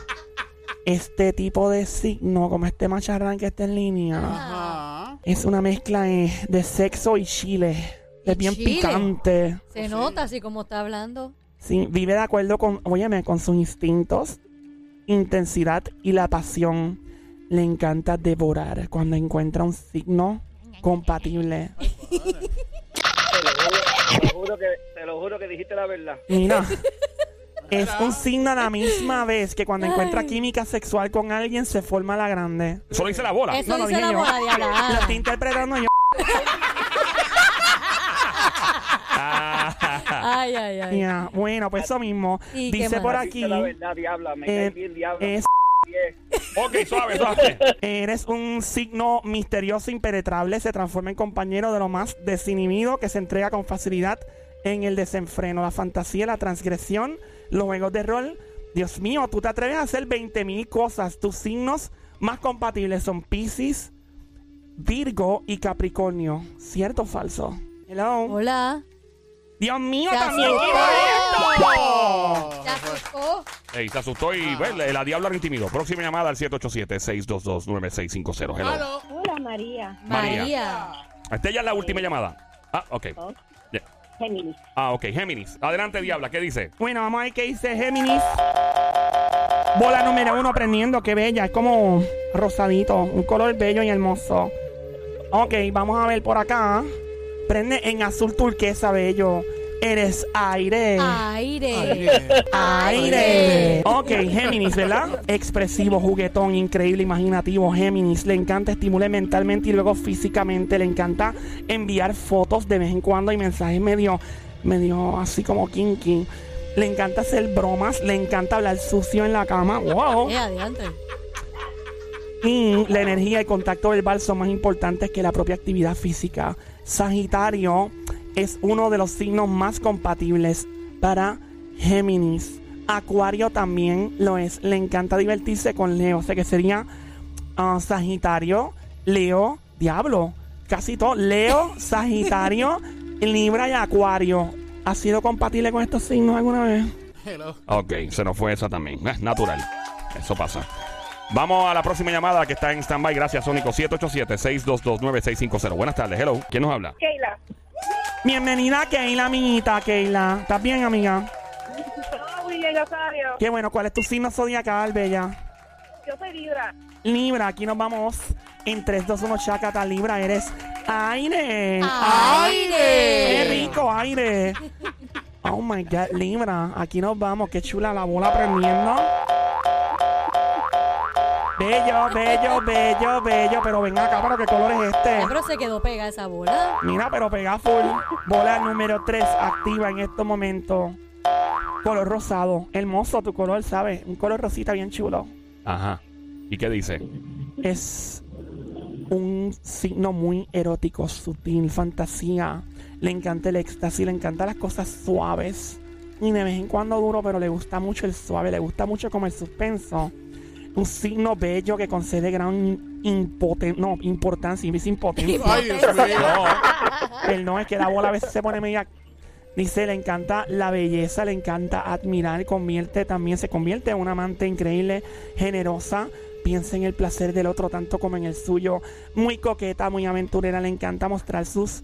Speaker 3: Este tipo de signo, como este macharrán que está en línea,
Speaker 2: Ajá.
Speaker 3: es una mezcla eh, de sexo y chile.
Speaker 4: ¿Y
Speaker 3: Es bien
Speaker 4: chile?
Speaker 3: picante.
Speaker 4: Se nota así como está hablando.
Speaker 3: Sí, vive de acuerdo con, óyeme, con sus instintos, intensidad y la pasión. Le encanta devorar cuando encuentra un signo compatible.
Speaker 7: Te lo juro, te lo juro que, te lo juro que dijiste la verdad.
Speaker 3: Mira, es un signo a la misma vez que cuando encuentra
Speaker 4: Ay.
Speaker 3: química sexual con alguien se forma la grande.
Speaker 1: solo hice la bola.
Speaker 4: Eso
Speaker 3: no,
Speaker 4: dice
Speaker 3: dije
Speaker 4: la
Speaker 3: yo.
Speaker 4: bola, Diabla.
Speaker 3: Lo
Speaker 4: Ah.
Speaker 3: estoy interpretando yo.
Speaker 1: Ah,
Speaker 4: Ay, ay, ay.
Speaker 3: Mira, Bueno, pues eso mismo.
Speaker 4: ¿Y qué
Speaker 3: Dice
Speaker 4: más?
Speaker 3: por aquí,
Speaker 7: Dijiste la verdad, diabla. Me
Speaker 3: eh,
Speaker 7: caes bien, diabla.
Speaker 3: es,
Speaker 7: Bien.
Speaker 1: ok, suave, suave.
Speaker 3: eres un signo misterioso, impenetrable, se transforma en compañero de lo más desinhibido que se entrega con facilidad en el desenfreno, la fantasía, la transgresión, los juegos de rol. Dios mío, tú te atreves a hacer 20 mil cosas. Tus signos más compatibles son Pisces, Virgo y Capricornio. ¿Cierto o falso? Hello.
Speaker 4: Hola.
Speaker 3: Dios mío,
Speaker 4: Se
Speaker 3: también
Speaker 4: asustó.
Speaker 3: quiero
Speaker 2: Oh.
Speaker 4: Se asustó.
Speaker 1: Ey, se asustó y
Speaker 4: Ah.
Speaker 1: pues, la, la diabla lo intimidó. Próxima llamada al 787-622-9650. Hello.
Speaker 2: Claro.
Speaker 5: Hola María,
Speaker 1: María.
Speaker 4: María.
Speaker 1: Esta ya es la última llamada. Ah, ok.
Speaker 5: Géminis.
Speaker 1: Ah, ok. Géminis. Adelante, diabla. ¿Qué dice?
Speaker 3: Bueno, vamos a ver qué dice Géminis. Bola número uno prendiendo, qué bella. Es como rosadito, un color bello y hermoso. Ok, vamos a ver por acá. Prende en azul turquesa, bello. Eres aire.
Speaker 4: Ah. Aire.
Speaker 2: Aire.
Speaker 3: Aire. Ok, Géminis, ¿verdad? Expresivo, juguetón, increíble, imaginativo. Géminis, le encanta estimule mentalmente y luego físicamente. Le encanta enviar fotos de vez en cuando y mensajes medio, medio así como kinky. Le encanta hacer bromas, le encanta hablar sucio en la cama. ¡Wow!
Speaker 4: Eh, adiante.
Speaker 3: Y Mm, la energía y contacto verbal son más importantes que la propia actividad física. Sagitario es uno de los signos más compatibles para Géminis. Acuario también lo es. Le encanta divertirse con Leo. O sea que sería ah, Sagitario, Leo, Diablo. Casi todo. Leo, Sagitario, Libra y Acuario. ¿Ha sido compatible con estos signos alguna vez?
Speaker 2: Hello.
Speaker 1: Ok, se nos fue esa también. Eh, natural. Eso pasa. Vamos a la próxima llamada que está en stand-by. Gracias, Sónico. 787-622-9650. Buenas tardes. Hello. ¿Quién nos habla?
Speaker 5: Keila.
Speaker 3: Bienvenida, Keila, amiguita, Keila. ¿Estás bien, amiga?
Speaker 5: Hola William Rosario,
Speaker 3: Qué bueno, ¿cuál es tu signo zodiacal, bella?
Speaker 5: yo soy Libra.
Speaker 3: Libra, aquí nos vamos en 3, 2, 1, Chacata. Libra, eres aire.
Speaker 4: Aire. Eh,
Speaker 3: ¡Qué rico, aire! Oh my God, Libra, aquí nos vamos. Qué chula la bola prendiendo. Bello, bello, bello, bello. Pero ven acá, pero qué color es este.
Speaker 4: Ya, pero se quedó pegada esa bola.
Speaker 3: Mira, pero pega full. Bola número 3 activa en estos momentos. Color rosado. Hermoso tu color, ¿sabes? Un color rosita bien chulo.
Speaker 1: Ajá. ¿Y qué dice?
Speaker 3: Es un signo muy erótico, sutil, fantasía. Le encanta el éxtasis, le encantan las cosas suaves. Y de vez en cuando duro, pero le gusta mucho el suave, le gusta mucho como el suspenso. Un signo bello que concede gran impoten no, importancia, y dice impotencia.
Speaker 2: Ay, Dios mío.
Speaker 3: Él no, es que la bola a veces se pone media. Dice, le encanta la belleza, le encanta admirar, convierte también, se convierte en una amante increíble, generosa, piensa en el placer del otro tanto como en el suyo, muy coqueta, muy aventurera, le encanta mostrar sus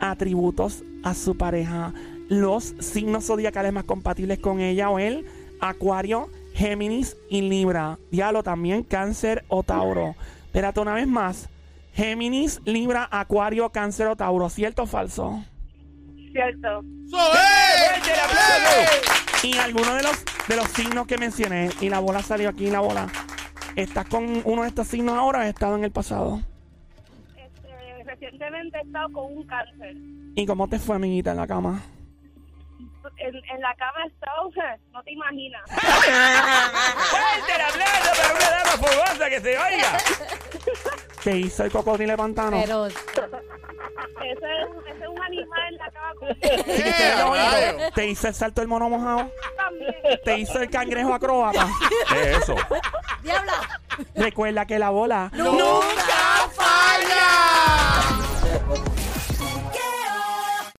Speaker 3: atributos a su pareja. Los signos zodiacales más compatibles con ella o él, Acuario, Géminis y Libra. Diablo también, Cáncer o Tauro. Espérate una vez más. Géminis, Libra, Acuario, Cáncer o Tauro. ¿Cierto o falso?
Speaker 5: Cierto.
Speaker 1: ¡Fuerte el aplauso!
Speaker 3: Y alguno de los, de los signos que mencioné, y la bola salió aquí, la bola. ¿Estás con uno de estos signos ahora o has estado en el pasado?
Speaker 5: Este, recientemente he estado con un cáncer.
Speaker 3: ¿Y cómo te fue, amiguita, en la cama?
Speaker 5: En, en la cama he estado, no te imaginas.
Speaker 1: ¡Fuerte el aplauso para una dama fogosa que se oiga!
Speaker 3: ¿Te hizo el cocodrilo de pantano?
Speaker 4: Pero
Speaker 5: Ese es, ese es un animal en la cama conmigo.
Speaker 2: Eh, rayo.
Speaker 3: ¿Te hizo el salto del mono mojado?
Speaker 5: También.
Speaker 3: ¿Te hizo el cangrejo acróbata?
Speaker 1: ¿Qué es eso?
Speaker 4: Diabla,
Speaker 3: Recuerda que la bola
Speaker 4: nunca